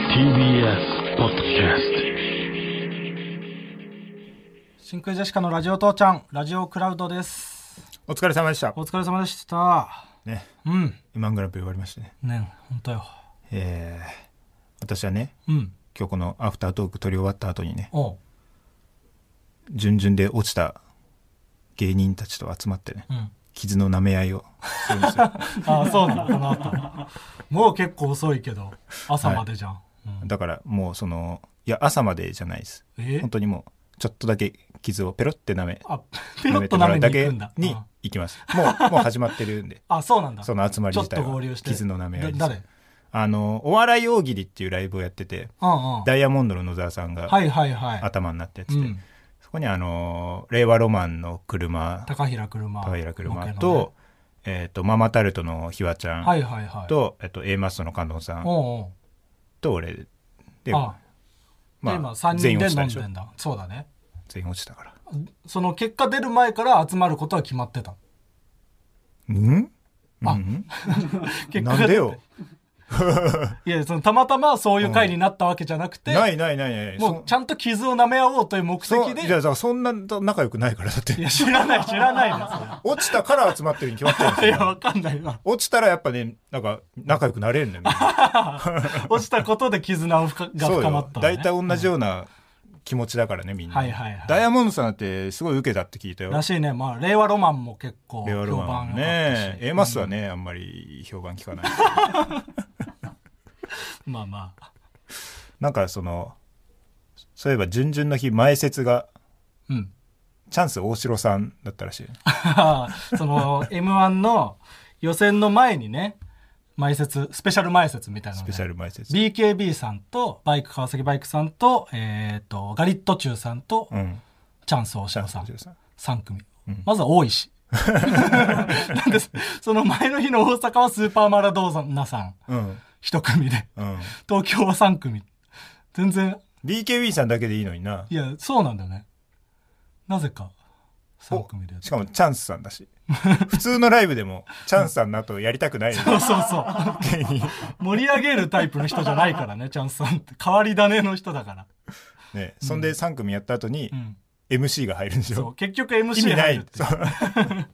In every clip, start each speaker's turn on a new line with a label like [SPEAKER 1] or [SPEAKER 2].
[SPEAKER 1] TBS ポッドキャス
[SPEAKER 2] 真空ジェシカのラジオ父ちゃんラジオクラウドです
[SPEAKER 3] お疲れ様でした
[SPEAKER 2] お。疲れ様でした
[SPEAKER 3] ね、
[SPEAKER 2] うん
[SPEAKER 3] 今グランプリ終わりましたね。
[SPEAKER 2] ね本当よ
[SPEAKER 3] えー、私はね、
[SPEAKER 2] うん
[SPEAKER 3] 今日このアフタートーク撮り終わった後にね、
[SPEAKER 2] おう
[SPEAKER 3] 順々で落ちた芸人たちと集まってね、
[SPEAKER 2] うん
[SPEAKER 3] 傷の舐め合いをするんで すよ。
[SPEAKER 2] ああそうなんだこの後もう結構遅いけど朝までじゃん、うん
[SPEAKER 3] だからもうその、いや、朝までじゃないです。
[SPEAKER 2] え
[SPEAKER 3] 本当にもう、ちょっとだけ傷をペロって舐め、
[SPEAKER 2] あペロッと舐めに行くんだ
[SPEAKER 3] に
[SPEAKER 2] あ。
[SPEAKER 3] 行きます。もう、もう始まってるんで
[SPEAKER 2] あそうなんだ
[SPEAKER 3] その集まり自体は
[SPEAKER 2] ちょっと合流して
[SPEAKER 3] 傷の舐め合いです
[SPEAKER 2] だ誰
[SPEAKER 3] あの、お笑い大喜利っていうライブをやってて、
[SPEAKER 2] うんうん
[SPEAKER 3] ダイヤモンドの野沢さんが
[SPEAKER 2] はいはいはい
[SPEAKER 3] 頭になってやって
[SPEAKER 2] う
[SPEAKER 3] て、
[SPEAKER 2] ん
[SPEAKER 3] そこにあの、令和ロマンの車、
[SPEAKER 2] 高平車
[SPEAKER 3] 高平車
[SPEAKER 2] ロケのね
[SPEAKER 3] と、えっ、と、ママタルトのひわちゃんと、
[SPEAKER 2] はいはいはい
[SPEAKER 3] えっ、と、A マストの観音さん
[SPEAKER 2] おうおう
[SPEAKER 3] と俺で、
[SPEAKER 2] あで今3
[SPEAKER 3] 全
[SPEAKER 2] 人
[SPEAKER 3] 員
[SPEAKER 2] で
[SPEAKER 3] 落ちた
[SPEAKER 2] 飲ん
[SPEAKER 3] でしょ
[SPEAKER 2] でんだそうだね
[SPEAKER 3] 全員落ちたから。
[SPEAKER 2] その結果出る前から集まることは決まってた
[SPEAKER 3] うん
[SPEAKER 2] あ
[SPEAKER 3] うん
[SPEAKER 2] 結果
[SPEAKER 3] なんでよ
[SPEAKER 2] いや、そのたまたまそういう回になったわけじゃなくて、
[SPEAKER 3] ないないないない。
[SPEAKER 2] もうちゃんと傷を舐め合おうという目
[SPEAKER 3] そ
[SPEAKER 2] 的
[SPEAKER 3] そ
[SPEAKER 2] で、
[SPEAKER 3] いやだからそんな仲良くないから、だっ
[SPEAKER 2] い
[SPEAKER 3] て。
[SPEAKER 2] や、知らない、知ら ないで
[SPEAKER 3] 落ちたから集まってるに決まってるんです
[SPEAKER 2] す
[SPEAKER 3] よ
[SPEAKER 2] いや、わかんないな。
[SPEAKER 3] 落ちたらやっぱね、なんか仲良くなれるのよ。みんな
[SPEAKER 2] 落ちたことで絆を深が
[SPEAKER 3] そう
[SPEAKER 2] 深ま
[SPEAKER 3] よ
[SPEAKER 2] っ。た、ね。
[SPEAKER 3] 大体同じような気持ちだからね、みんな。
[SPEAKER 2] はいはいはい
[SPEAKER 3] ダイヤモンドさんだってすごい受けたって聞いたよ。
[SPEAKER 2] らしいね。まあ、令和ロマンも結構
[SPEAKER 3] 令和
[SPEAKER 2] 評
[SPEAKER 3] ロマン
[SPEAKER 2] 判良
[SPEAKER 3] も
[SPEAKER 2] かったし
[SPEAKER 3] ね。A マスはね、あんまり評判聞かない。
[SPEAKER 2] まあまあ。
[SPEAKER 3] なんかその、そういえば、準々の日、前説が、
[SPEAKER 2] うん。
[SPEAKER 3] チャンス大城さんだったらしい。
[SPEAKER 2] その、M1 の予選の前にね、前説、スペシャル前説みたいなの
[SPEAKER 3] ス
[SPEAKER 2] で
[SPEAKER 3] ペシャル前説。
[SPEAKER 2] BKB さんと、バイク川崎バイクさんと、えっ、と、ガリットチュウさんと、
[SPEAKER 3] うん。
[SPEAKER 2] チャンス大
[SPEAKER 3] チ
[SPEAKER 2] 島
[SPEAKER 3] ャンス
[SPEAKER 2] さ
[SPEAKER 3] 大
[SPEAKER 2] ん
[SPEAKER 3] 城。さん。
[SPEAKER 2] 3組、まずは大 石なんですその前の日の大阪はスーパーマラドーナさん
[SPEAKER 3] うん。
[SPEAKER 2] 1組で
[SPEAKER 3] うん。
[SPEAKER 2] 東京は3組全然
[SPEAKER 3] BKB さんだけでいいのにな。
[SPEAKER 2] いやそうなんだよねなぜか3組で
[SPEAKER 3] しかも、チャンスさんだ し。普通のライブでも、チャンスさんの後やりたくないよね
[SPEAKER 2] そうそうそう盛り上げるタイプの人じゃないからねチャンスさんって変わり種の人だから、
[SPEAKER 3] ね。そんで3組やった後に
[SPEAKER 2] う、ん、
[SPEAKER 3] MC が入るんでし
[SPEAKER 2] そ
[SPEAKER 3] ょ
[SPEAKER 2] う。結局
[SPEAKER 3] 意味
[SPEAKER 2] MC
[SPEAKER 3] な
[SPEAKER 2] 入るっ
[SPEAKER 3] い。
[SPEAKER 2] て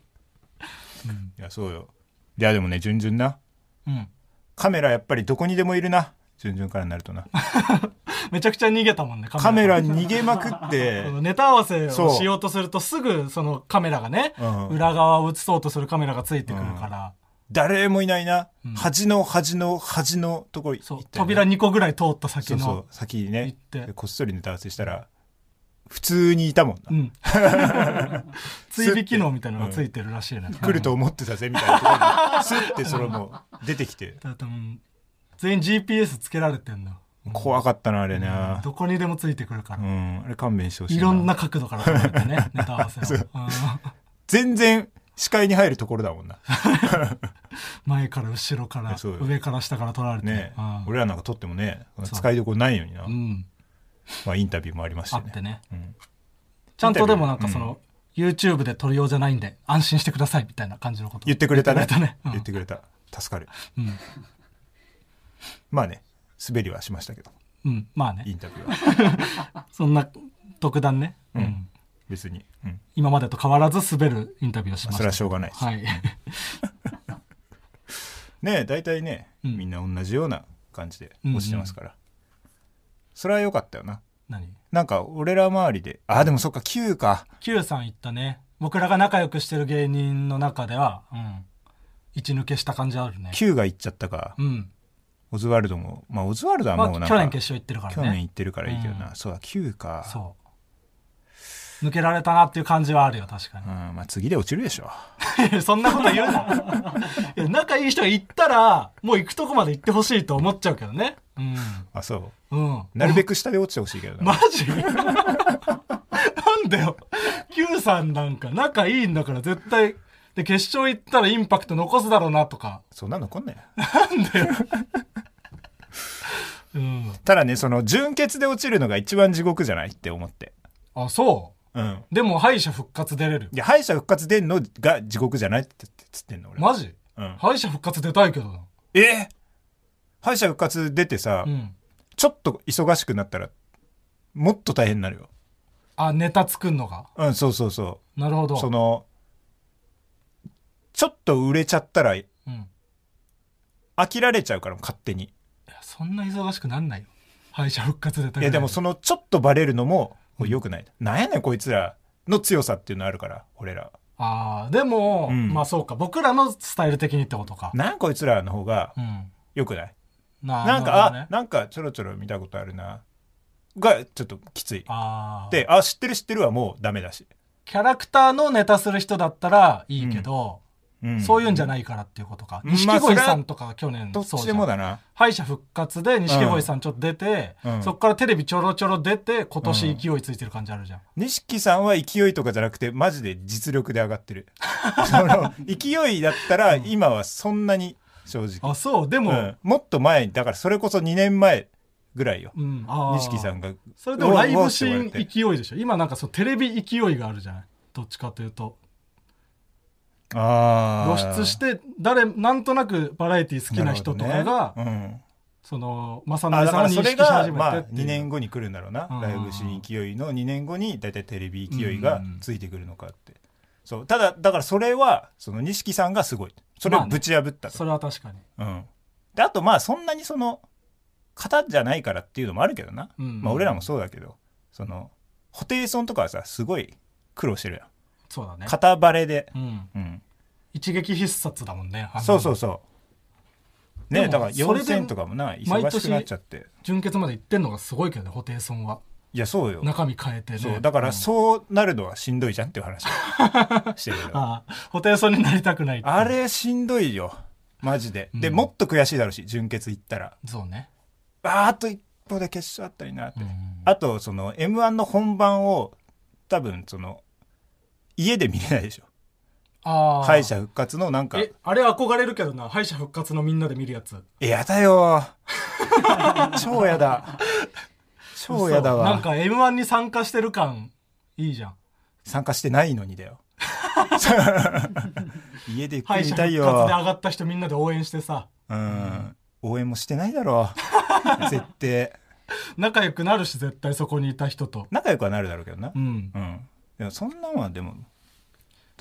[SPEAKER 2] い
[SPEAKER 3] そうういや、そうよ。いや、でもね、準々な。
[SPEAKER 2] うん、
[SPEAKER 3] カメラやっぱりどこにでもいるな。準々からになるとな。
[SPEAKER 2] めちゃくちゃ逃げたもんね
[SPEAKER 3] カメ
[SPEAKER 2] から
[SPEAKER 3] ラ逃げまくって
[SPEAKER 2] そ、のネタ合わせ
[SPEAKER 3] そ
[SPEAKER 2] を
[SPEAKER 3] う
[SPEAKER 2] しようとするとすぐそのカメラがね、
[SPEAKER 3] うん
[SPEAKER 2] 裏側を映そうとするカメラがついてくるから、
[SPEAKER 3] 誰もいないな、
[SPEAKER 2] ん
[SPEAKER 3] 端の端の端のところ行った
[SPEAKER 2] そう
[SPEAKER 3] よね
[SPEAKER 2] 扉2個ぐらい通った先
[SPEAKER 3] そう
[SPEAKER 2] の
[SPEAKER 3] そう先に
[SPEAKER 2] 行
[SPEAKER 3] ね
[SPEAKER 2] って
[SPEAKER 3] こっそりネタ合わせしたら普通にいたもんな、
[SPEAKER 2] うん 追尾機能みたいなのがついてるらしいね、
[SPEAKER 3] 来ると思ってたぜみたいなところにスッてそれも出てきて
[SPEAKER 2] だってうん全員 GPS つけられてんの
[SPEAKER 3] 怖かったなあれな
[SPEAKER 2] どこにでもついてくるか
[SPEAKER 3] う
[SPEAKER 2] ら、
[SPEAKER 3] んあれ勘弁してほしい
[SPEAKER 2] いろんな角度から撮られてねネタ合わせを、
[SPEAKER 3] そう
[SPEAKER 2] うん
[SPEAKER 3] 全然視界に入るところだもんな
[SPEAKER 2] 前から後ろから
[SPEAKER 3] そうよ
[SPEAKER 2] 上から下から撮られて、
[SPEAKER 3] ね
[SPEAKER 2] うん
[SPEAKER 3] 俺らなんか撮ってもね
[SPEAKER 2] そう
[SPEAKER 3] 使いどころないのにな、
[SPEAKER 2] うん
[SPEAKER 3] まあ、インタビューもありまし
[SPEAKER 2] あ
[SPEAKER 3] た
[SPEAKER 2] って
[SPEAKER 3] ね
[SPEAKER 2] ね
[SPEAKER 3] うん
[SPEAKER 2] ちゃんとでもなんかその、YouTube で撮りようじゃないんで安心してくださいみたいな感じのこと
[SPEAKER 3] 言ってくれた
[SPEAKER 2] 言っ
[SPEAKER 3] ね
[SPEAKER 2] てくれたねうん
[SPEAKER 3] 言ってくれた助かる
[SPEAKER 2] うん、
[SPEAKER 3] まあね滑りはしましたけど
[SPEAKER 2] うん、まあね
[SPEAKER 3] インタビューは
[SPEAKER 2] そんな特段ね、うん
[SPEAKER 3] 別に、うん、
[SPEAKER 2] 今までと変わらず滑るインタビューをしま
[SPEAKER 3] そ
[SPEAKER 2] し
[SPEAKER 3] れ
[SPEAKER 2] た
[SPEAKER 3] はしょうがないです、
[SPEAKER 2] はい
[SPEAKER 3] ね大体ね、
[SPEAKER 2] うん
[SPEAKER 3] みんな同じような感じで落ちてますから、それは良かったよな
[SPEAKER 2] 何
[SPEAKER 3] なんか俺ら周りであでもそっか9か
[SPEAKER 2] Q さん言ったね僕らが仲良くしてる芸人の中では、うん、一抜けした感じあるね
[SPEAKER 3] 9が行っちゃったか
[SPEAKER 2] うん
[SPEAKER 3] オズワルドもまあオズワルドは
[SPEAKER 2] ま
[SPEAKER 3] も
[SPEAKER 2] あ
[SPEAKER 3] うなんか、
[SPEAKER 2] 去年決勝行ってるからね
[SPEAKER 3] 去年行ってるからいいけどな、
[SPEAKER 2] う
[SPEAKER 3] そうだ9か
[SPEAKER 2] そう抜けられたなっていう感じはあるよ確か
[SPEAKER 3] うんまあ次で落ちるでしょ
[SPEAKER 2] に そんなこと言 うないや仲いい人が行ったらもう行くとこまで行ってほしいと思っちゃうけどね
[SPEAKER 3] あそう
[SPEAKER 2] うんうん
[SPEAKER 3] なるべく下で落ちてほしい けどな、
[SPEAKER 2] マジなんだよ Q さんなんか仲いいんだから絶対で決勝行ったらインパクト残すだろうなとか
[SPEAKER 3] そんなのこんない
[SPEAKER 2] うん
[SPEAKER 3] ただねその純潔で落ちるのが一番地獄じゃないって思って
[SPEAKER 2] あそ
[SPEAKER 3] うん
[SPEAKER 2] うでも敗者復活出れる
[SPEAKER 3] いや敗者復活出んのが地獄じゃないってつってんの俺は
[SPEAKER 2] マジ、
[SPEAKER 3] うん
[SPEAKER 2] 敗者復活出たいけどな
[SPEAKER 3] え敗者復活出てさ、
[SPEAKER 2] うん
[SPEAKER 3] ちょっと忙しくなったら、もっと大変になるよ。
[SPEAKER 2] あ、ネタ作んのが。
[SPEAKER 3] うん、そうそうそ
[SPEAKER 2] なるほど。
[SPEAKER 3] う。その、ちょっと売れちゃったら
[SPEAKER 2] うん。い
[SPEAKER 3] 飽きられちゃうから、勝手に。
[SPEAKER 2] や、そんな忙しくなんないよ。敗者復活で
[SPEAKER 3] いや、でもそのちょっとバレるのも、もう良くない。なんやねん、こいつらの強さっていうのあるから、俺ら。
[SPEAKER 2] ああ、でも、
[SPEAKER 3] うん
[SPEAKER 2] まあそうか。僕らのスタイル的にってことか。
[SPEAKER 3] なんやこいつらの方が
[SPEAKER 2] うん。
[SPEAKER 3] 良くない
[SPEAKER 2] な
[SPEAKER 3] なん
[SPEAKER 2] なる
[SPEAKER 3] か、
[SPEAKER 2] ほどね
[SPEAKER 3] あ、なんかちょろちょろ見たことあるな。が、ちょっときつい。
[SPEAKER 2] あー
[SPEAKER 3] で、あ、知ってる知ってるはもうダメだし。
[SPEAKER 2] キャラクターのネタする人だったらいいけど、
[SPEAKER 3] うん
[SPEAKER 2] そういうんじゃないからっていうことか。
[SPEAKER 3] うん
[SPEAKER 2] 錦鯉さんとか去年、
[SPEAKER 3] どっ
[SPEAKER 2] そう
[SPEAKER 3] ち
[SPEAKER 2] じ
[SPEAKER 3] で
[SPEAKER 2] ゃ
[SPEAKER 3] も
[SPEAKER 2] ん。
[SPEAKER 3] だな。
[SPEAKER 2] 敗者復活で錦鯉さんちょっと出て、
[SPEAKER 3] うん
[SPEAKER 2] そっからテレビちょろちょろ出て、今年勢いついてる感じあるじゃん。
[SPEAKER 3] 錦さんは勢いとかじゃなくて、マジで実力で上がっ てる。その、勢いだったら、今はそんなに正直。
[SPEAKER 2] あ、そう。で
[SPEAKER 3] う
[SPEAKER 2] も、うん
[SPEAKER 3] ん、もっと前に、だからそれこそ2年前ぐらいよ。
[SPEAKER 2] あー
[SPEAKER 3] 錦さんが。
[SPEAKER 2] それでもライ
[SPEAKER 3] ウォ
[SPEAKER 2] ブ
[SPEAKER 3] ーシ
[SPEAKER 2] シ
[SPEAKER 3] ー
[SPEAKER 2] ー
[SPEAKER 3] って言わ
[SPEAKER 2] ン
[SPEAKER 3] れ
[SPEAKER 2] 勢い
[SPEAKER 3] て
[SPEAKER 2] でしょ今なんかそうテレビ勢いがあるじゃないどっちかというと
[SPEAKER 3] あ
[SPEAKER 2] 露
[SPEAKER 3] あ。
[SPEAKER 2] 出して誰なんとなくバラエティ好きな人とかが、
[SPEAKER 3] なるほどね
[SPEAKER 2] その正
[SPEAKER 3] うん、あ
[SPEAKER 2] 成
[SPEAKER 3] だか
[SPEAKER 2] さんを
[SPEAKER 3] ら
[SPEAKER 2] 認
[SPEAKER 3] そ
[SPEAKER 2] 識
[SPEAKER 3] れ
[SPEAKER 2] し始
[SPEAKER 3] が、
[SPEAKER 2] め
[SPEAKER 3] ま
[SPEAKER 2] て
[SPEAKER 3] あ、
[SPEAKER 2] っていう
[SPEAKER 3] 2年後に来るんだろうな、
[SPEAKER 2] うん
[SPEAKER 3] ライブシーン勢いの2年後に大体テレビ勢いがついてくるのかって、そうただだからそれはその錦さんがすごいそれをぶち破ったと、
[SPEAKER 2] それは確かに
[SPEAKER 3] うん、であとまあそんなにその型じゃないからっていうのもあるけどな、
[SPEAKER 2] うん
[SPEAKER 3] まあ、俺らもそうだけどそのホテイソンとかはさすごい苦労してるやん
[SPEAKER 2] そうだね、
[SPEAKER 3] 型バレで、
[SPEAKER 2] うん、
[SPEAKER 3] うん、
[SPEAKER 2] 一撃必殺だもんねあの
[SPEAKER 3] そうそうそうね
[SPEAKER 2] でも
[SPEAKER 3] だから
[SPEAKER 2] それで
[SPEAKER 3] 4000とかもな
[SPEAKER 2] 毎
[SPEAKER 3] 忙しく
[SPEAKER 2] 年
[SPEAKER 3] なっちゃって
[SPEAKER 2] 純潔まで行ってんのがすごいけどね布袋村はい
[SPEAKER 3] やそうよ
[SPEAKER 2] 中身変えてね
[SPEAKER 3] そうだから
[SPEAKER 2] ん
[SPEAKER 3] そうなるのはしんどいじゃんっていう話 をしてるよ
[SPEAKER 2] ああ布袋村になりたくないっていう
[SPEAKER 3] あれしんどいよマジで、で
[SPEAKER 2] うん
[SPEAKER 3] もっと悔しいだろうし純潔行ったら
[SPEAKER 2] そうね、
[SPEAKER 3] あーあと一歩で決勝あったりなって、
[SPEAKER 2] うん
[SPEAKER 3] あとその m 1の本番を多分その家で見れないでしょ
[SPEAKER 2] ああ
[SPEAKER 3] 敗者復活のなんか
[SPEAKER 2] えあれ憧れるけどな敗者復活のみんなで見るやつ
[SPEAKER 3] えやだよ超やだ超やだ
[SPEAKER 2] 嘘
[SPEAKER 3] わ
[SPEAKER 2] なんか m 1に参加してる感いいじゃん
[SPEAKER 3] 参加してないのにだ よ 家でゆっく
[SPEAKER 2] 敗
[SPEAKER 3] り
[SPEAKER 2] 者復
[SPEAKER 3] 見た
[SPEAKER 2] 活
[SPEAKER 3] い
[SPEAKER 2] で
[SPEAKER 3] よ
[SPEAKER 2] 上がった人みんなで応援してさ
[SPEAKER 3] うん、応援もしてないだろ う絶対
[SPEAKER 2] 仲良くなるし絶対そこにいた人と
[SPEAKER 3] 仲良くはなるだろうけどな
[SPEAKER 2] う、ん
[SPEAKER 3] うんでもそんなんはでも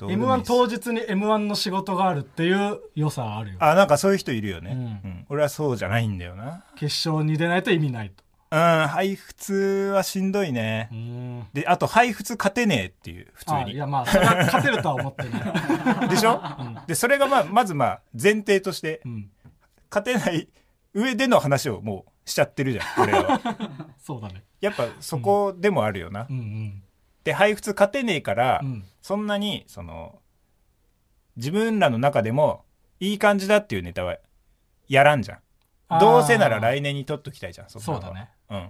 [SPEAKER 2] m 1当
[SPEAKER 3] 当
[SPEAKER 2] 日に m 1の仕事があるっていう良さはあるよ
[SPEAKER 3] あなんかそういう人いるよね、
[SPEAKER 2] う
[SPEAKER 3] うん俺はそうじゃないんだよな
[SPEAKER 2] 決勝に出ないと意味ないと
[SPEAKER 3] うん配布はしんどいね、
[SPEAKER 2] うん
[SPEAKER 3] であと配布勝てねえっていう普通
[SPEAKER 2] あい
[SPEAKER 3] に
[SPEAKER 2] やまあそれは勝てるとは思って ない、
[SPEAKER 3] でしょ、でそれがまあまずまあ前提として
[SPEAKER 2] うん、
[SPEAKER 3] 勝てない上での話をもうしちゃってるじゃん俺らは
[SPEAKER 2] そうだね
[SPEAKER 3] やっぱそこでもあるよな、
[SPEAKER 2] うん
[SPEAKER 3] で配布勝てねえから、
[SPEAKER 2] うんうん
[SPEAKER 3] そんなにその自分らの中でもいい感じだっていうネタはやらんじゃ
[SPEAKER 2] あ
[SPEAKER 3] ん
[SPEAKER 2] ー
[SPEAKER 3] どうせなら来年に取っときたいじゃんそんなのは
[SPEAKER 2] そうだね
[SPEAKER 3] うん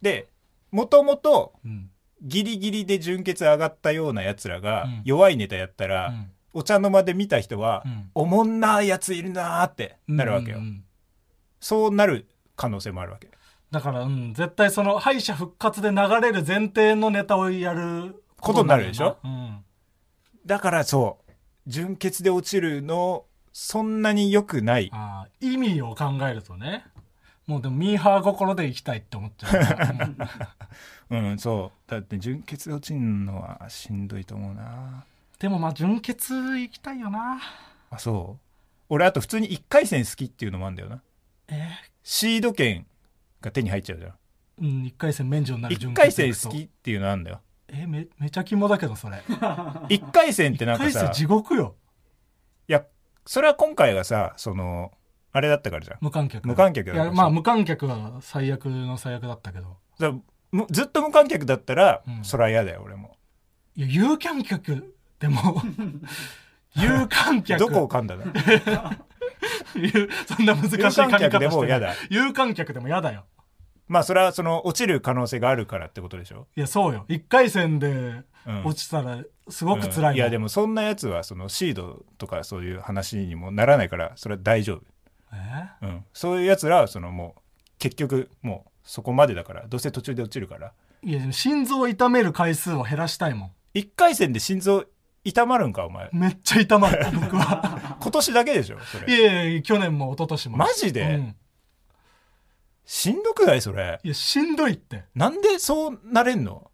[SPEAKER 3] でもともと
[SPEAKER 2] うん
[SPEAKER 3] ギリギリで純潔上がったようなやつらが
[SPEAKER 2] うん
[SPEAKER 3] 弱いネタやった
[SPEAKER 2] う
[SPEAKER 3] ら、
[SPEAKER 2] ん
[SPEAKER 3] お茶の間で見た人は、
[SPEAKER 2] うん
[SPEAKER 3] おもんなやついるなーってなるわけよ、
[SPEAKER 2] うんうん
[SPEAKER 3] そうなる可能性もあるわけ
[SPEAKER 2] だから、うん、絶対その敗者復活で流れる前提のネタをやる
[SPEAKER 3] ことになるでしょ
[SPEAKER 2] ことになるよな
[SPEAKER 3] だからそう純潔で落ちるのそんなに良くない
[SPEAKER 2] うん、あー意味を考えるとねもうでもミーハー心で行きたいって思っちゃうからう ん
[SPEAKER 3] うんそうだって純血落ちんのはしんどいと思うな
[SPEAKER 2] でもまあ純潔行きたいよな
[SPEAKER 3] あそう俺あと普通に1回戦好きっていうのもあるんだよな
[SPEAKER 2] え
[SPEAKER 3] シード権が手に入っちゃうじゃん
[SPEAKER 2] ーうん1回戦免除になる
[SPEAKER 3] 1
[SPEAKER 2] 純
[SPEAKER 3] 回
[SPEAKER 2] 潔行
[SPEAKER 3] 戦
[SPEAKER 2] くと
[SPEAKER 3] 好きっていうのあるんだよ
[SPEAKER 2] えめめちゃ肝だけどそれ
[SPEAKER 3] 1回戦ってなん
[SPEAKER 2] 1
[SPEAKER 3] か
[SPEAKER 2] 回戦
[SPEAKER 3] さい
[SPEAKER 2] 地獄よ
[SPEAKER 3] やそれは今回がさそのあれだったからじゃん
[SPEAKER 2] 無観客
[SPEAKER 3] 無観客だ
[SPEAKER 2] い
[SPEAKER 3] から
[SPEAKER 2] やまあ無観客は最悪の最悪だったけど
[SPEAKER 3] だからむずっと無観客だったら、
[SPEAKER 2] うん
[SPEAKER 3] そりゃ嫌だよ俺も
[SPEAKER 2] いや有観客で も有観客
[SPEAKER 3] どこを噛んだな
[SPEAKER 2] 有 そんな難しい
[SPEAKER 3] 有
[SPEAKER 2] 感
[SPEAKER 3] 観
[SPEAKER 2] じ
[SPEAKER 3] 客
[SPEAKER 2] 方
[SPEAKER 3] で
[SPEAKER 2] し
[SPEAKER 3] も
[SPEAKER 2] てな
[SPEAKER 3] 嫌
[SPEAKER 2] い
[SPEAKER 3] だ
[SPEAKER 2] 有観客でも嫌だよ
[SPEAKER 3] まあそれはその落ちる可能性があるからってことでしょ
[SPEAKER 2] いやそうよ1回戦で
[SPEAKER 3] うん
[SPEAKER 2] 落ちたらすごく辛いもん、
[SPEAKER 3] うんいやでもそんなやつはそのシードとかそういう話にもならないからそれは大丈夫、
[SPEAKER 2] え
[SPEAKER 3] うん、そういうやつらはそのもう結局もうそこまでだからどうせ途中で落ちるから
[SPEAKER 2] いやでも心臓を痛める回数を減らしたいも
[SPEAKER 3] 1回戦で心臓痛まるんかお
[SPEAKER 2] ん
[SPEAKER 3] 前
[SPEAKER 2] めっちゃ痛まる僕は
[SPEAKER 3] 今年だけでしょそ
[SPEAKER 2] い
[SPEAKER 3] れ
[SPEAKER 2] やいやいや去年も一昨年も
[SPEAKER 3] マジで
[SPEAKER 2] うん
[SPEAKER 3] しんどくないそれ
[SPEAKER 2] いや、しんどいって。
[SPEAKER 3] なんでそうなれんの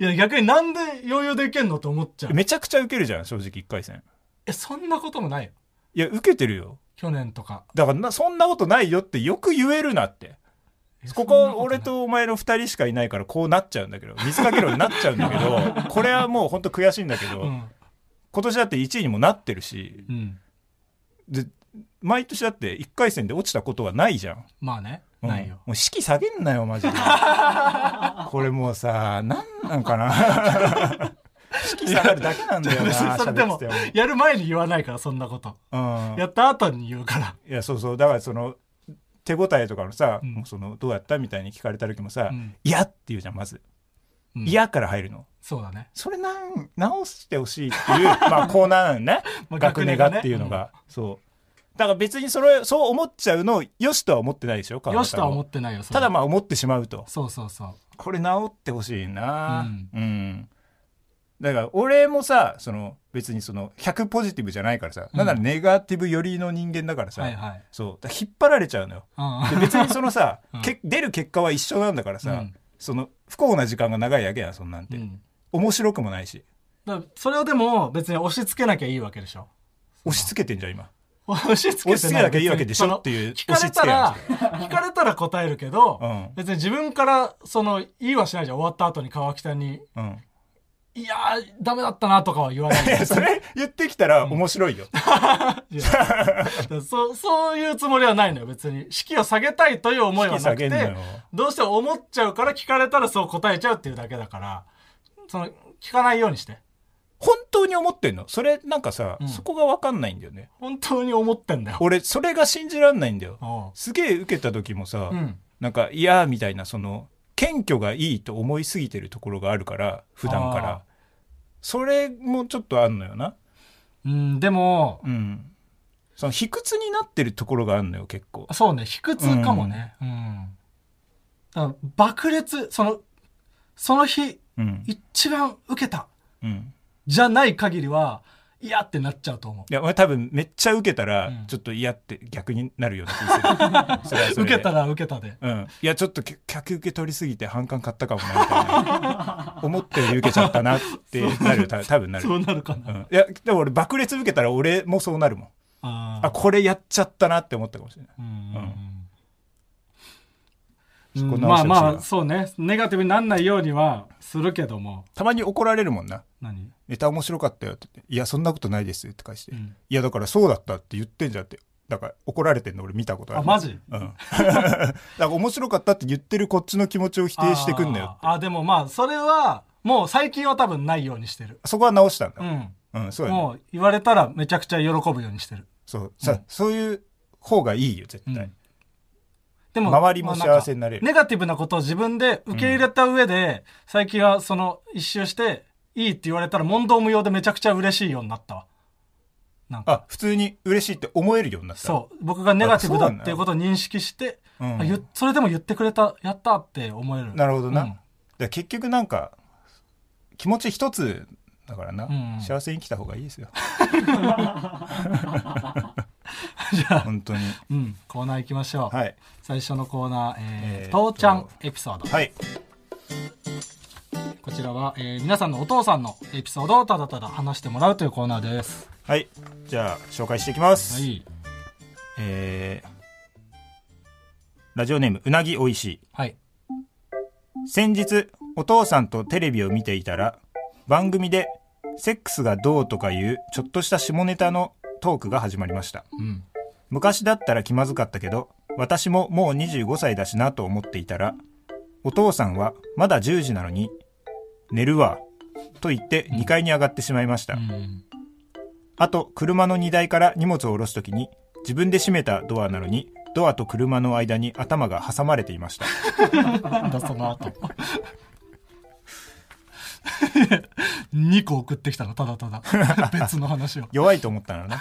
[SPEAKER 2] いや、逆になんで余裕でいけんのと思っちゃう。
[SPEAKER 3] めちゃくちゃ受けるじゃん正直1回戦
[SPEAKER 2] え、そんなこともないよ。
[SPEAKER 3] いや受けてるよ
[SPEAKER 2] 去年とか。
[SPEAKER 3] だからなそんなことないよってよく言えるなって
[SPEAKER 2] えそ
[SPEAKER 3] こ
[SPEAKER 2] んな
[SPEAKER 3] こ
[SPEAKER 2] とない
[SPEAKER 3] 俺とお前の2人しかいないからこうなっちゃうん だけど水かけろになっちゃうんだけどこれはもう本当悔しいんだけど、
[SPEAKER 2] うん。
[SPEAKER 3] 今年だって1位にもなってるし
[SPEAKER 2] うん。
[SPEAKER 3] で毎年だって1回戦で落ちたことはないじゃん、
[SPEAKER 2] まあね。
[SPEAKER 3] うん
[SPEAKER 2] ないよ。
[SPEAKER 3] もう式下げんなよマ ジでこれもうさなんなんかな式下がるだけなんだよな
[SPEAKER 2] 別にそれで
[SPEAKER 3] 喋っ
[SPEAKER 2] も
[SPEAKER 3] てても、
[SPEAKER 2] やる前に言わないから、そんなこと。
[SPEAKER 3] うん、
[SPEAKER 2] やった後に言うから。
[SPEAKER 3] いやそうそうだからその手応えとかのさ、
[SPEAKER 2] うん
[SPEAKER 3] もうそのどうやったみたいに聞かれた時もさ「
[SPEAKER 2] うん
[SPEAKER 3] 嫌」って言うじゃんまず「
[SPEAKER 2] うん
[SPEAKER 3] 嫌、から入るの
[SPEAKER 2] そうだね。
[SPEAKER 3] それなん直してほしいっていう まあコーナーなのね
[SPEAKER 2] まあ
[SPEAKER 3] 学年がっていうのが、そうだから別にそれそう思っちゃうのをよしとは思ってないでしょ川
[SPEAKER 2] よし
[SPEAKER 3] 端
[SPEAKER 2] とは思ってないよ。それ
[SPEAKER 3] ただまあ思ってしまうと
[SPEAKER 2] そうそうそう。
[SPEAKER 3] これ直ってほしいな
[SPEAKER 2] うん
[SPEAKER 3] うん、だから俺もさその別にその100ポジティブじゃないからさ、
[SPEAKER 2] うん
[SPEAKER 3] なんならネガティブ寄りの人間だからさ、
[SPEAKER 2] はいはい。
[SPEAKER 3] そうだから引っ張られちゃうのよ
[SPEAKER 2] うん
[SPEAKER 3] で別にそのさ、
[SPEAKER 2] うん
[SPEAKER 3] け出る結果は一緒なんだからさ、
[SPEAKER 2] うん
[SPEAKER 3] その不幸な時間が長いだけやんそんなんて、
[SPEAKER 2] うん
[SPEAKER 3] 面白くもないし
[SPEAKER 2] だからそれをでも別に押し付けなきゃいいわけでしょ。
[SPEAKER 3] 押し付けてんじゃん今
[SPEAKER 2] 押し付けてない
[SPEAKER 3] 押し付けなきゃいいわけでしょっていう
[SPEAKER 2] 聞かれたら
[SPEAKER 3] 押し
[SPEAKER 2] 聞かれたら答えるけど、
[SPEAKER 3] うん
[SPEAKER 2] 別に自分からその言いはしないじゃん終わった後に川北に
[SPEAKER 3] うん
[SPEAKER 2] 「いやーダメだったな」とかは言わない
[SPEAKER 3] いや それ言ってきたら面白いよ、
[SPEAKER 2] そそういうつもりはないのよ別に士気を下げたいという思いはなく
[SPEAKER 3] 士気下げん
[SPEAKER 2] て
[SPEAKER 3] なよ
[SPEAKER 2] どうしても思っちゃうから聞かれたらそう答えちゃうっていうだけだからその聞かないようにして
[SPEAKER 3] 本当に思ってんのそれなんかさ、
[SPEAKER 2] うん
[SPEAKER 3] そこが分かんないんだよね
[SPEAKER 2] 本当に思ってんだよ。
[SPEAKER 3] 俺それが信じらんないんだよ
[SPEAKER 2] おう
[SPEAKER 3] すげえ受けた時もさ、
[SPEAKER 2] うん
[SPEAKER 3] なんか「いや」みたいなその謙虚がいいと思いすぎてるところがあるから普段か
[SPEAKER 2] あー
[SPEAKER 3] らそれもちょっとあんのよな
[SPEAKER 2] うん、でも
[SPEAKER 3] うんその卑屈になってるところがあるのよ結構
[SPEAKER 2] そうね、卑屈かもね。うん。だから爆裂、その、その日、
[SPEAKER 3] うん
[SPEAKER 2] 一番受けた、
[SPEAKER 3] うん
[SPEAKER 2] じゃない限りは、いやってなっちゃうと思
[SPEAKER 3] いや俺多分めっちゃ受けたら、
[SPEAKER 2] うん
[SPEAKER 3] ちょっと嫌って逆になるような 気がするそれは
[SPEAKER 2] う。
[SPEAKER 3] そ
[SPEAKER 2] 受
[SPEAKER 3] れで
[SPEAKER 2] けたら受けたで。
[SPEAKER 3] うん、いやちょっと客客受け取りすぎて反感買ったかもなみた いな思ったより受けちゃったなってなるた多分なる、
[SPEAKER 2] そううなるかな。
[SPEAKER 3] ん、いやでも俺爆裂受けたら俺もそうなるもん
[SPEAKER 2] あ
[SPEAKER 3] あこれやっちゃったなって思ったかもしれない
[SPEAKER 2] あ。うん
[SPEAKER 3] う
[SPEAKER 2] うんん
[SPEAKER 3] そこ直してほしいな
[SPEAKER 2] まあまあ、そうね。ネガティブになんないようにはするけども。
[SPEAKER 3] たまに怒られるもんな
[SPEAKER 2] 何
[SPEAKER 3] ネタ面白かったよって言っていやそんなことないですって返して、
[SPEAKER 2] うん
[SPEAKER 3] いやだからそうだったって言ってんじゃんってだから怒られてんの俺見たことある
[SPEAKER 2] あ、マジ
[SPEAKER 3] うん だから面白かったって言ってるこっちの気持ちを否定してくんのよ
[SPEAKER 2] あーあ、でもまあ、それは、もう最近は多分ないようにしてる。
[SPEAKER 3] そこは直したん
[SPEAKER 2] う
[SPEAKER 3] だ
[SPEAKER 2] ん。
[SPEAKER 3] うん、そうだね
[SPEAKER 2] もう言われたらめちゃくちゃ喜ぶようにしてる。
[SPEAKER 3] そうさ、そういう方がいいよ絶対、
[SPEAKER 2] うんでも
[SPEAKER 3] 周りも
[SPEAKER 2] まあなんか
[SPEAKER 3] 幸せになれる
[SPEAKER 2] ネガティブなことを自分で受け入れた上で、最近はその一周して、いいって言われたら問答無用でめちゃくちゃ嬉しいようになったわ。なんか、
[SPEAKER 3] あ普通に嬉しいって思えるようになった
[SPEAKER 2] そう。僕がネガティブだっていうことを認識して、
[SPEAKER 3] そうなんだ
[SPEAKER 2] あ
[SPEAKER 3] うん
[SPEAKER 2] ゆそれでも言ってくれた、やったって思える。
[SPEAKER 3] なるほどな、
[SPEAKER 2] うん
[SPEAKER 3] だから結局なんか気持ち一つだからな、
[SPEAKER 2] んうん
[SPEAKER 3] 幸せに生きた方がい いですよ
[SPEAKER 2] じゃあ、
[SPEAKER 3] 本当に
[SPEAKER 2] うん、コーナー行きましょう。
[SPEAKER 3] はい
[SPEAKER 2] 最初のコーナー、
[SPEAKER 3] え
[SPEAKER 2] えー、
[SPEAKER 3] ーっと
[SPEAKER 2] 父ちゃんエピソード。
[SPEAKER 3] はい
[SPEAKER 2] こちらは、えー皆さんのお父さんのエピソードをただただ話してもらうというコーナーです。
[SPEAKER 3] はいじゃあ紹介していきます、
[SPEAKER 2] はい。
[SPEAKER 3] えーラジオネームうなぎおいし
[SPEAKER 2] はい。
[SPEAKER 3] い先日お父さんとテレビを見ていたら番組でセックスがどうとかいうちょっとした下ネタのトークが始まりました
[SPEAKER 2] うん。
[SPEAKER 3] 昔だったら気まずかったけど私ももう25歳だしなと思っていたらお父さんはまだ10時なのに寝るわと言って2階に上がってしまいました、
[SPEAKER 2] うん。
[SPEAKER 3] あと車の荷台から荷物を下ろすときに自分で閉めたドアなのにドアと車の間に頭が挟まれていました
[SPEAKER 2] なんだその 後。2個送ってきたの、ただただ。 別の話を。
[SPEAKER 3] 弱いと思った のね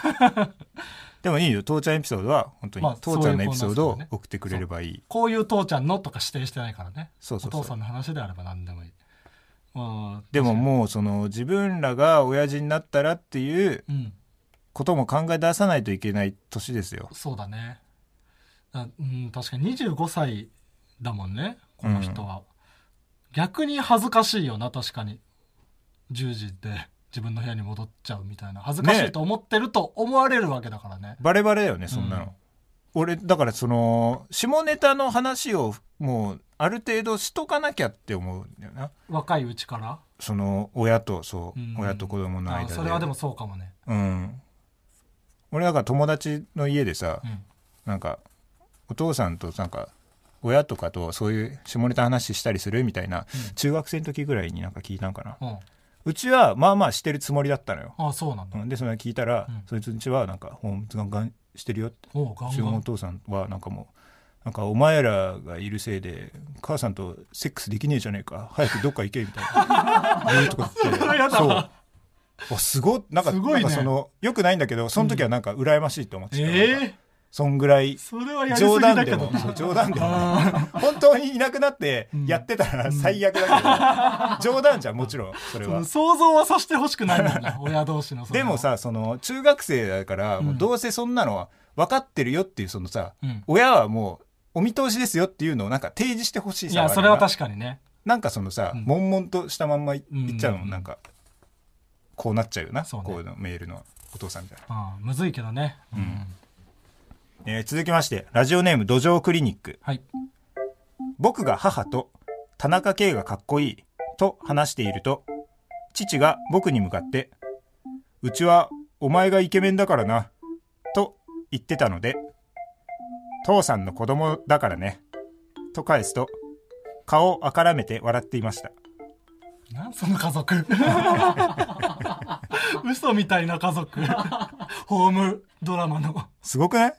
[SPEAKER 3] でもいいよ父ちゃんエピソードは本当に、
[SPEAKER 2] まあ
[SPEAKER 3] 父ちゃんのエピソ
[SPEAKER 2] そうい
[SPEAKER 3] ード
[SPEAKER 2] うコーナーですから
[SPEAKER 3] を
[SPEAKER 2] ね
[SPEAKER 3] 送ってくれればいい
[SPEAKER 2] こういう父ちゃんのとか指定してないからね。
[SPEAKER 3] そうそうそう
[SPEAKER 2] お父さんの話であれば何でもいい。まあ、
[SPEAKER 3] でももうその自分らが親父になったらっていう
[SPEAKER 2] うん。
[SPEAKER 3] ことも考え出さないといけない年ですよ
[SPEAKER 2] そうだね。あうん、確かに25歳だもんねこの人は、逆に恥ずかしいよな確かに10時で自分の部屋に戻っちゃうみたいな恥ずかしいと思ってると思われるわけだからね
[SPEAKER 3] バレバレだよねそんなの、
[SPEAKER 2] うん
[SPEAKER 3] 俺だからその下ネタの話をもうある程度しとかなきゃって思うんだよな
[SPEAKER 2] 若いうちから
[SPEAKER 3] その親とそう、
[SPEAKER 2] うん
[SPEAKER 3] 親と子供の間
[SPEAKER 2] あ
[SPEAKER 3] で
[SPEAKER 2] それはでもそうかもね、
[SPEAKER 3] うん俺なんか友達の家でさ、
[SPEAKER 2] うん、
[SPEAKER 3] なんかお父さんとなんか親とかとそういう下ネタ話したりするみたいな、
[SPEAKER 2] うん
[SPEAKER 3] 中学生の時ぐらいになんか聞いたんかな、
[SPEAKER 2] うん、
[SPEAKER 3] うちはまあまあしてるつもりだったのよ、
[SPEAKER 2] あそうなんだ、
[SPEAKER 3] うんでそれ聞いたら、
[SPEAKER 2] うん
[SPEAKER 3] そいつんちはなんかホームガンガンしてるよって
[SPEAKER 2] おうガ
[SPEAKER 3] う
[SPEAKER 2] ン
[SPEAKER 3] ち
[SPEAKER 2] ガ
[SPEAKER 3] のお
[SPEAKER 2] ン
[SPEAKER 3] 父さんはなんかもうなんかお前らがいるせいで母さんとセックスできねえじゃねえか早くどっか行けみたい な言うとか言って
[SPEAKER 2] それやだわ
[SPEAKER 3] そうおすごっなんか
[SPEAKER 2] すごいね
[SPEAKER 3] なんかそのよくないんだけどその時はなんか羨ましいと思ってた、なんか
[SPEAKER 2] ええ
[SPEAKER 3] そんぐらい
[SPEAKER 2] それはやりすぎ
[SPEAKER 3] 冗
[SPEAKER 2] だ
[SPEAKER 3] 談
[SPEAKER 2] け
[SPEAKER 3] で
[SPEAKER 2] ど
[SPEAKER 3] も
[SPEAKER 2] な
[SPEAKER 3] そう冗談でもね
[SPEAKER 2] あ
[SPEAKER 3] 本当にいなくなって
[SPEAKER 2] うん
[SPEAKER 3] やってたら最悪 だけど、冗談じゃんもちろんそれ
[SPEAKER 2] ー
[SPEAKER 3] は
[SPEAKER 2] 想像はさせてほしくない もんな親同士のそれ
[SPEAKER 3] で
[SPEAKER 2] は
[SPEAKER 3] も、さその中学生だから
[SPEAKER 2] うん
[SPEAKER 3] もうどうせそんなのは分かってるよっていうそのさ、
[SPEAKER 2] うん、
[SPEAKER 3] 親はもうお見通しですよっていうのをなんか提示してほしい
[SPEAKER 2] い
[SPEAKER 3] さ
[SPEAKER 2] や
[SPEAKER 3] 我々
[SPEAKER 2] それは確かにね
[SPEAKER 3] なんかそのさ、
[SPEAKER 2] うん
[SPEAKER 3] 悶々としたまんまい
[SPEAKER 2] うん
[SPEAKER 3] いっちゃうのなんかこうなっちゃうよな
[SPEAKER 2] そうね
[SPEAKER 3] こういうのメールのお父さんみたいな、
[SPEAKER 2] うんむずいけどね、うん
[SPEAKER 3] えー続きましてラジオネーム土壌クリニック
[SPEAKER 2] はい
[SPEAKER 3] 僕が母と田中圭がかっこいいと話していると父が僕に向かってうちはお前がイケメンだからなと言ってたので父さんの子供だからねと返すと顔をあからめて笑っていました
[SPEAKER 2] なんその家族 嘘みたいな家族ホームドラマの
[SPEAKER 3] すごくない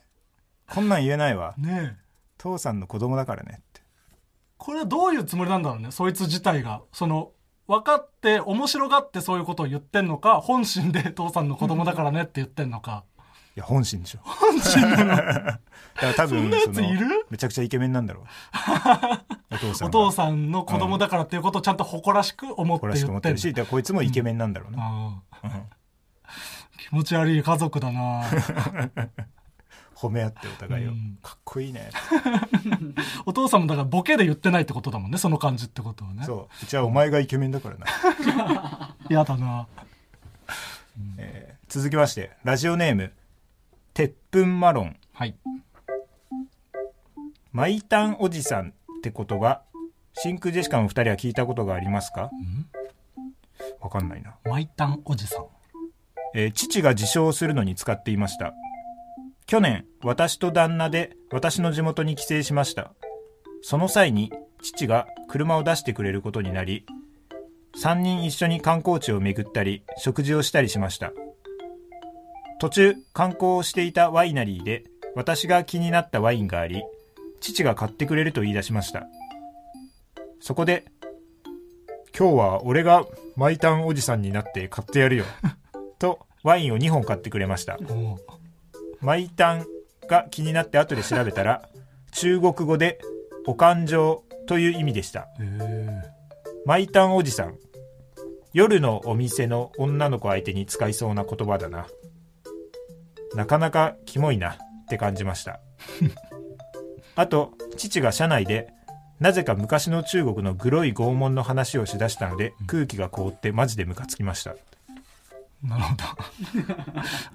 [SPEAKER 3] こんなん言えないわ
[SPEAKER 2] ねえ
[SPEAKER 3] 父さんの子供だからねって
[SPEAKER 2] これはどういうつもりなんだろうねそいつ自体がその分かって面白がってそういうことを言ってんのか本心で父さんの子供だからねって言ってんのか
[SPEAKER 3] いや本心でしょ
[SPEAKER 2] 本心 なの
[SPEAKER 3] だから多
[SPEAKER 2] そん
[SPEAKER 3] 分
[SPEAKER 2] なや
[SPEAKER 3] そ
[SPEAKER 2] つ
[SPEAKER 3] の
[SPEAKER 2] いる
[SPEAKER 3] めちゃくちゃイケメンなんだろ うお父
[SPEAKER 2] お
[SPEAKER 3] さんは
[SPEAKER 2] 父さんの子供だからっていうことをちゃんと誇らしく思って
[SPEAKER 3] 誇らしく
[SPEAKER 2] 言
[SPEAKER 3] 思
[SPEAKER 2] っ
[SPEAKER 3] って
[SPEAKER 2] て
[SPEAKER 3] る
[SPEAKER 2] る
[SPEAKER 3] しだからこいつもイケメンなんだろうな、
[SPEAKER 2] ああ気持ち悪い家族だな
[SPEAKER 3] 褒め合ってお互いを、
[SPEAKER 2] うん
[SPEAKER 3] かっこいいね
[SPEAKER 2] お父さんもだからボケで言ってないってことだもんねその感じってことはね
[SPEAKER 3] そううちはお前がイケメンだからな、
[SPEAKER 2] 嫌だな
[SPEAKER 3] えー続きましてラジオネーム「鉄粉マロン
[SPEAKER 2] はい
[SPEAKER 3] マイタンおじさん」って言葉真空ジェシカの2人は聞いたことがありますかわかんないな、
[SPEAKER 2] マイタンおじさん
[SPEAKER 3] えー父が自称するのに使っていました去年私と旦那で私の地元に帰省しましたその際に父が車を出してくれることになり3人一緒に観光地を巡ったり食事をしたりしました途中観光をしていたワイナリーで私が気になったワインがあり父が買ってくれると言い出しましたそこで「今日は俺がマイタンおじさんになって買ってやるよ」とワインを2本買ってくれました
[SPEAKER 2] おう
[SPEAKER 3] マイタンが気になって後で調べたら中国語で「お勘定」という意味でした
[SPEAKER 2] へえ
[SPEAKER 3] マイタンおじさん夜のお店の女の子相手に使いそうな言葉だななかなかキモいなって感じました あと父が車内でなぜか昔の中国のグロい拷問の話をしだしたので空気が凍ってマジでムカつきました
[SPEAKER 2] なるほど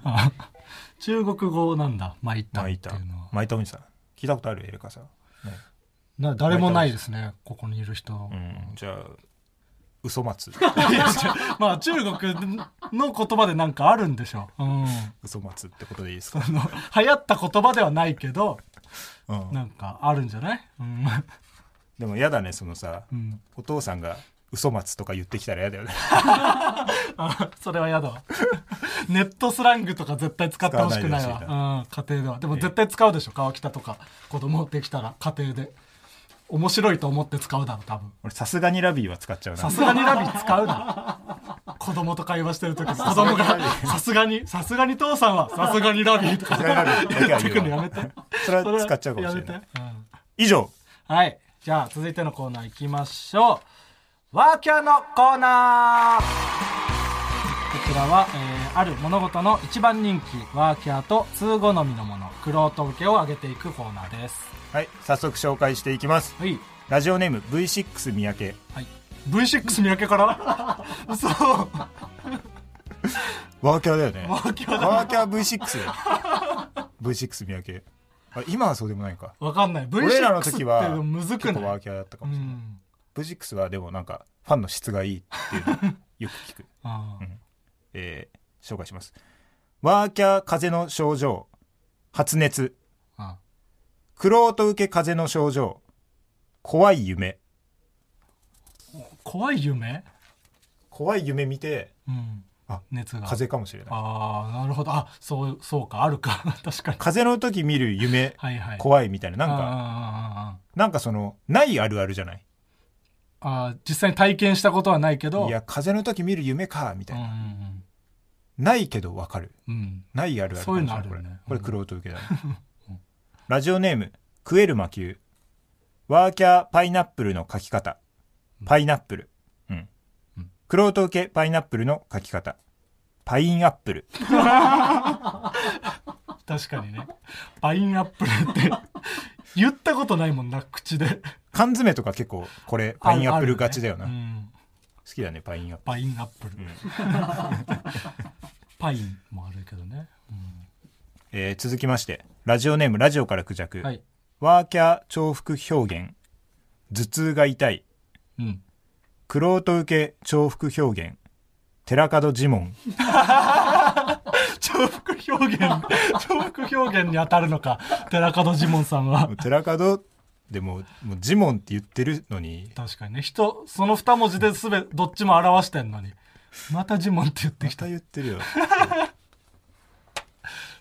[SPEAKER 2] あ中国語なんだマイタン
[SPEAKER 3] マ
[SPEAKER 2] っ
[SPEAKER 3] イ
[SPEAKER 2] て
[SPEAKER 3] タ
[SPEAKER 2] いう
[SPEAKER 3] ン
[SPEAKER 2] のは
[SPEAKER 3] マイタンおじさん聞いたことあるエレカさん
[SPEAKER 2] な誰もないですねここにいる人
[SPEAKER 3] うんじゃあ嘘 松
[SPEAKER 2] いやちょ まあ中国の言葉でなんかあるんでしょう、うん、
[SPEAKER 3] 嘘松ってことでいいです
[SPEAKER 2] そ
[SPEAKER 3] か、
[SPEAKER 2] の流行った言葉ではないけど
[SPEAKER 3] うん
[SPEAKER 2] なんかあるんじゃない、うん
[SPEAKER 3] でもやだねそのさ、
[SPEAKER 2] うん、
[SPEAKER 3] お父さんが嘘松とか言ってきたらやだ よね
[SPEAKER 2] あそれは嫌だわネットスラングとか絶対使ってほしくない
[SPEAKER 3] 使
[SPEAKER 2] わ
[SPEAKER 3] わないでほしい
[SPEAKER 2] うん、家庭ではでも絶対使うでしょ川北とか子供できたら家庭で面白いと思って使うだろう多分
[SPEAKER 3] 俺さすがにラビーは使っちゃうな
[SPEAKER 2] さすがにラビ使うな 子供と会話してる時子供がさすがにさすがに父さんはさすがにラビとか
[SPEAKER 3] さすがにラビー
[SPEAKER 2] 言
[SPEAKER 3] だけは
[SPEAKER 2] って
[SPEAKER 3] 言
[SPEAKER 2] くの
[SPEAKER 3] う
[SPEAKER 2] や
[SPEAKER 3] わ
[SPEAKER 2] めて
[SPEAKER 3] それは使っちゃうかもしれ
[SPEAKER 2] そ
[SPEAKER 3] な
[SPEAKER 2] や
[SPEAKER 3] い
[SPEAKER 2] めてうん
[SPEAKER 3] 以上
[SPEAKER 2] はい。じゃあ、続いてのコーナー行きましょう。ワーキャーのコーナーこちらは、えーある物事の一番人気ワーキャーと通好みのものクロート受けを上げていくコーナーです
[SPEAKER 3] はい早速紹介していきます
[SPEAKER 2] はい、
[SPEAKER 3] ラジオネーム V6 三宅
[SPEAKER 2] はい、V6 三宅から 嘘ワ
[SPEAKER 3] ワーキャーだよね
[SPEAKER 2] ーキャーだ
[SPEAKER 3] ワーキャー V6 だよ V6 三宅あ今はそうでもないか
[SPEAKER 2] わかんない V6
[SPEAKER 3] 俺らの時は
[SPEAKER 2] ってむずく
[SPEAKER 3] 結構
[SPEAKER 2] な
[SPEAKER 3] ワ
[SPEAKER 2] い
[SPEAKER 3] ーキャーだったか
[SPEAKER 2] う
[SPEAKER 3] もしれない、
[SPEAKER 2] ん
[SPEAKER 3] V6 はでもなんかファンの質がいいっていうのをよく 聞く
[SPEAKER 2] あー
[SPEAKER 3] えー紹介します。ワーキャー風邪の症状、発熱、
[SPEAKER 2] あ
[SPEAKER 3] クロート受け風邪の症状、怖い夢。
[SPEAKER 2] ー怖い夢
[SPEAKER 3] 怖い夢見て、
[SPEAKER 2] うん
[SPEAKER 3] あ
[SPEAKER 2] 熱が
[SPEAKER 3] 風邪かもしれない。
[SPEAKER 2] ああなるほどあそうそうかあるか 確かに
[SPEAKER 3] 風邪の時見る夢、
[SPEAKER 2] はいはい
[SPEAKER 3] 怖いみたいな。なんか、
[SPEAKER 2] あ
[SPEAKER 3] なんかその、ないあるあるじゃない。
[SPEAKER 2] ーあーあーあー実際に体験したことはないけど
[SPEAKER 3] いや、風邪の時見る夢か、み
[SPEAKER 2] う
[SPEAKER 3] た
[SPEAKER 2] ん
[SPEAKER 3] いうな。
[SPEAKER 2] ん
[SPEAKER 3] ないけどわかる。
[SPEAKER 2] うんうん
[SPEAKER 3] ないあるあるか
[SPEAKER 2] そう
[SPEAKER 3] も
[SPEAKER 2] い
[SPEAKER 3] し
[SPEAKER 2] う
[SPEAKER 3] れ
[SPEAKER 2] のあ
[SPEAKER 3] ない
[SPEAKER 2] るよね
[SPEAKER 3] これ、これ玄人受けだね。 ラジオネーム、クエルマ級。ワーキャーパイナップルの書き方。パイナップル。うん。クロート受けパイナップルの書き方。パインアップル。
[SPEAKER 2] 確かにねパインアップルって 言ったことないもんな口 で
[SPEAKER 3] 缶詰とか結構、これ、パインアップルガチだよな。
[SPEAKER 2] あるねうん
[SPEAKER 3] 好きだね、パインアップル。
[SPEAKER 2] パインアップル、 パインもあるけどね、
[SPEAKER 3] えー続きまして、ラジオネーム、ラジオからクジャク。
[SPEAKER 2] はい
[SPEAKER 3] ワーキャー重複表現。頭痛が痛い。
[SPEAKER 2] うん
[SPEAKER 3] クロート受け重複表現。寺門ジモン。
[SPEAKER 2] 重複表現重複表現に当たるのか寺門ジモンさんは
[SPEAKER 3] もう寺門でもうもうジモンって言ってるのに
[SPEAKER 2] 確かにね人その二文字で全てどっちも表してんのにまたジモンって言って
[SPEAKER 3] ま
[SPEAKER 2] きた
[SPEAKER 3] た言ってるよ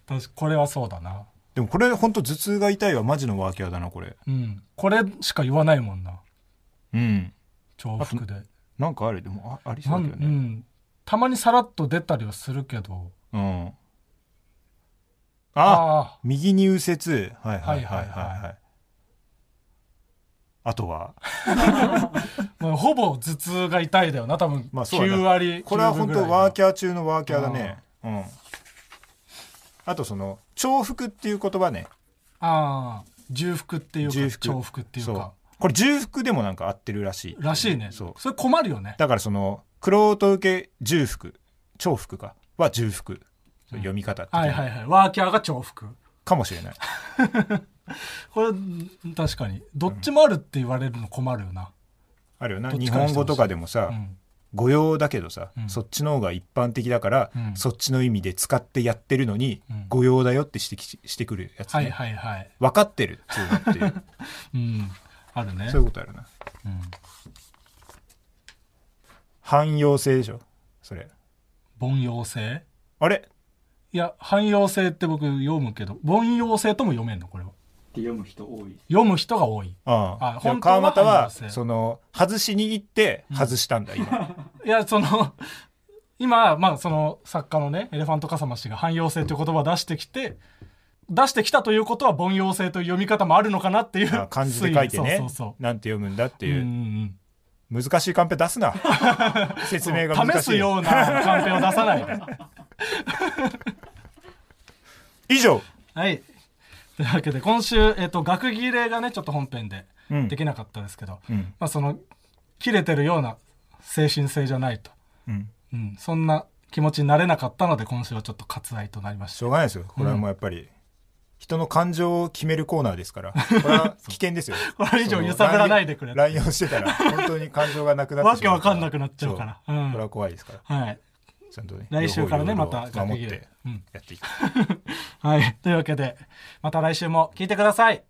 [SPEAKER 2] 確かこれはそうだな
[SPEAKER 3] でもこれ本当頭痛が痛いはマジのワーキャーだなこれ
[SPEAKER 2] うんこれしか言わないもんな
[SPEAKER 3] うん
[SPEAKER 2] 重複で
[SPEAKER 3] なんかあるでもあありそ
[SPEAKER 2] な
[SPEAKER 3] うんだ
[SPEAKER 2] う
[SPEAKER 3] けどね
[SPEAKER 2] んたまにさらっと出たりはするけど
[SPEAKER 3] うん、あ
[SPEAKER 2] あ
[SPEAKER 3] 右に右折はいはいは
[SPEAKER 2] はい
[SPEAKER 3] いはい
[SPEAKER 2] はい
[SPEAKER 3] は
[SPEAKER 2] はい
[SPEAKER 3] あとは
[SPEAKER 2] あもうほぼ頭痛が痛いだよな多分
[SPEAKER 3] まあそうだな
[SPEAKER 2] 9割
[SPEAKER 3] これは本当ワー
[SPEAKER 2] ャ
[SPEAKER 3] キャー中のワーキャーだねうんあとその重複っていう言葉ね
[SPEAKER 2] ああ重複っていう
[SPEAKER 3] 重
[SPEAKER 2] か
[SPEAKER 3] 複
[SPEAKER 2] 重複っていう
[SPEAKER 3] そう
[SPEAKER 2] か
[SPEAKER 3] これ重複でもなんか合ってるらしい
[SPEAKER 2] らしいね
[SPEAKER 3] そう
[SPEAKER 2] それ困るよね
[SPEAKER 3] だからその、クロート受け重複、重複か、は重複。そう読み方的
[SPEAKER 2] はい
[SPEAKER 3] に
[SPEAKER 2] はいはいワーキャーが重複
[SPEAKER 3] かもしれない。
[SPEAKER 2] これん確かにどっちもあるって言われるの困るよな、
[SPEAKER 3] あるよな。
[SPEAKER 2] どっ
[SPEAKER 3] 日
[SPEAKER 2] ちかにしてほしい
[SPEAKER 3] 本語とかでもさ、
[SPEAKER 2] うん
[SPEAKER 3] 語用だけどさ、
[SPEAKER 2] うん
[SPEAKER 3] そっちの方が一般的だから、
[SPEAKER 2] うん
[SPEAKER 3] そっちの意味で使ってやってるのに、
[SPEAKER 2] うん
[SPEAKER 3] 語用だよって指摘ししてくるやつ、ね
[SPEAKER 2] はいはいはい
[SPEAKER 3] 分かってるっていうのっていう
[SPEAKER 2] うんあるね
[SPEAKER 3] そういうことあるな。
[SPEAKER 2] うん
[SPEAKER 3] 汎用性でしょそれ。
[SPEAKER 2] 凡庸性
[SPEAKER 3] あれ
[SPEAKER 2] いや汎用性って僕読むけど凡庸性とも読めんのこれは
[SPEAKER 4] って読む人多い。
[SPEAKER 2] 読む人が多い
[SPEAKER 3] ああ
[SPEAKER 2] あ本当は
[SPEAKER 3] 川又は
[SPEAKER 2] 汎用性
[SPEAKER 3] その外しに行って外したんだ、今
[SPEAKER 2] いやその 今まあその作家のねエレファントカサマ氏が汎用性という言葉を出してきて出してきたということは凡庸性という読み方もあるのかなっていう
[SPEAKER 3] あ漢字で書いてね
[SPEAKER 2] そうそうそ
[SPEAKER 3] なんて読むんだっ
[SPEAKER 2] う
[SPEAKER 3] て
[SPEAKER 2] う
[SPEAKER 3] い
[SPEAKER 2] ん
[SPEAKER 3] う、
[SPEAKER 2] うん
[SPEAKER 3] 難しいカンペ出す な
[SPEAKER 2] う
[SPEAKER 3] 説明が
[SPEAKER 2] ん
[SPEAKER 3] 難
[SPEAKER 2] 試
[SPEAKER 3] し
[SPEAKER 2] す
[SPEAKER 3] い
[SPEAKER 2] ようなカンペを出さない
[SPEAKER 3] 以上
[SPEAKER 2] はいというわけで今週、えっと学儀礼がねちょっと本編で
[SPEAKER 3] うん
[SPEAKER 2] できなかったですけど、
[SPEAKER 3] うん
[SPEAKER 2] まあ、その切れてるような精神性じゃないと、
[SPEAKER 3] うん
[SPEAKER 2] うん、そんな気持ちになれなかったので今週はちょっと割愛となりまし
[SPEAKER 3] したょうがないですよこれはもうやっぱり、人の感情を決めるコーナーですからこれ は危険ですよ
[SPEAKER 2] こ れ以上揺さぶらないでくれ
[SPEAKER 3] その乱用乱用してたら本当に感情がなくなってしまう
[SPEAKER 2] わけわかんなくなっちゃうから
[SPEAKER 3] そう
[SPEAKER 2] うん
[SPEAKER 3] これは怖いですから
[SPEAKER 2] はい
[SPEAKER 3] ちゃんとね
[SPEAKER 2] 来週からね
[SPEAKER 3] 両方
[SPEAKER 2] また
[SPEAKER 3] 両方守っ
[SPEAKER 2] 学
[SPEAKER 3] て
[SPEAKER 2] 芸うん
[SPEAKER 3] やっていく、
[SPEAKER 2] はいというわけでまた来週も聞いてください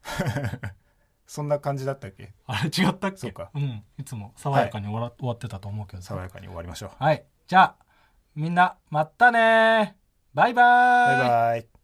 [SPEAKER 3] そんな感じだったっけ
[SPEAKER 2] あれ違ったっけ
[SPEAKER 3] そうか
[SPEAKER 2] ん、いつも爽やかに終わ,、終わってたと思うけど
[SPEAKER 3] 爽やかに終わりましょう
[SPEAKER 2] はいじゃあみんなまたねバイバーイ
[SPEAKER 3] バイバイ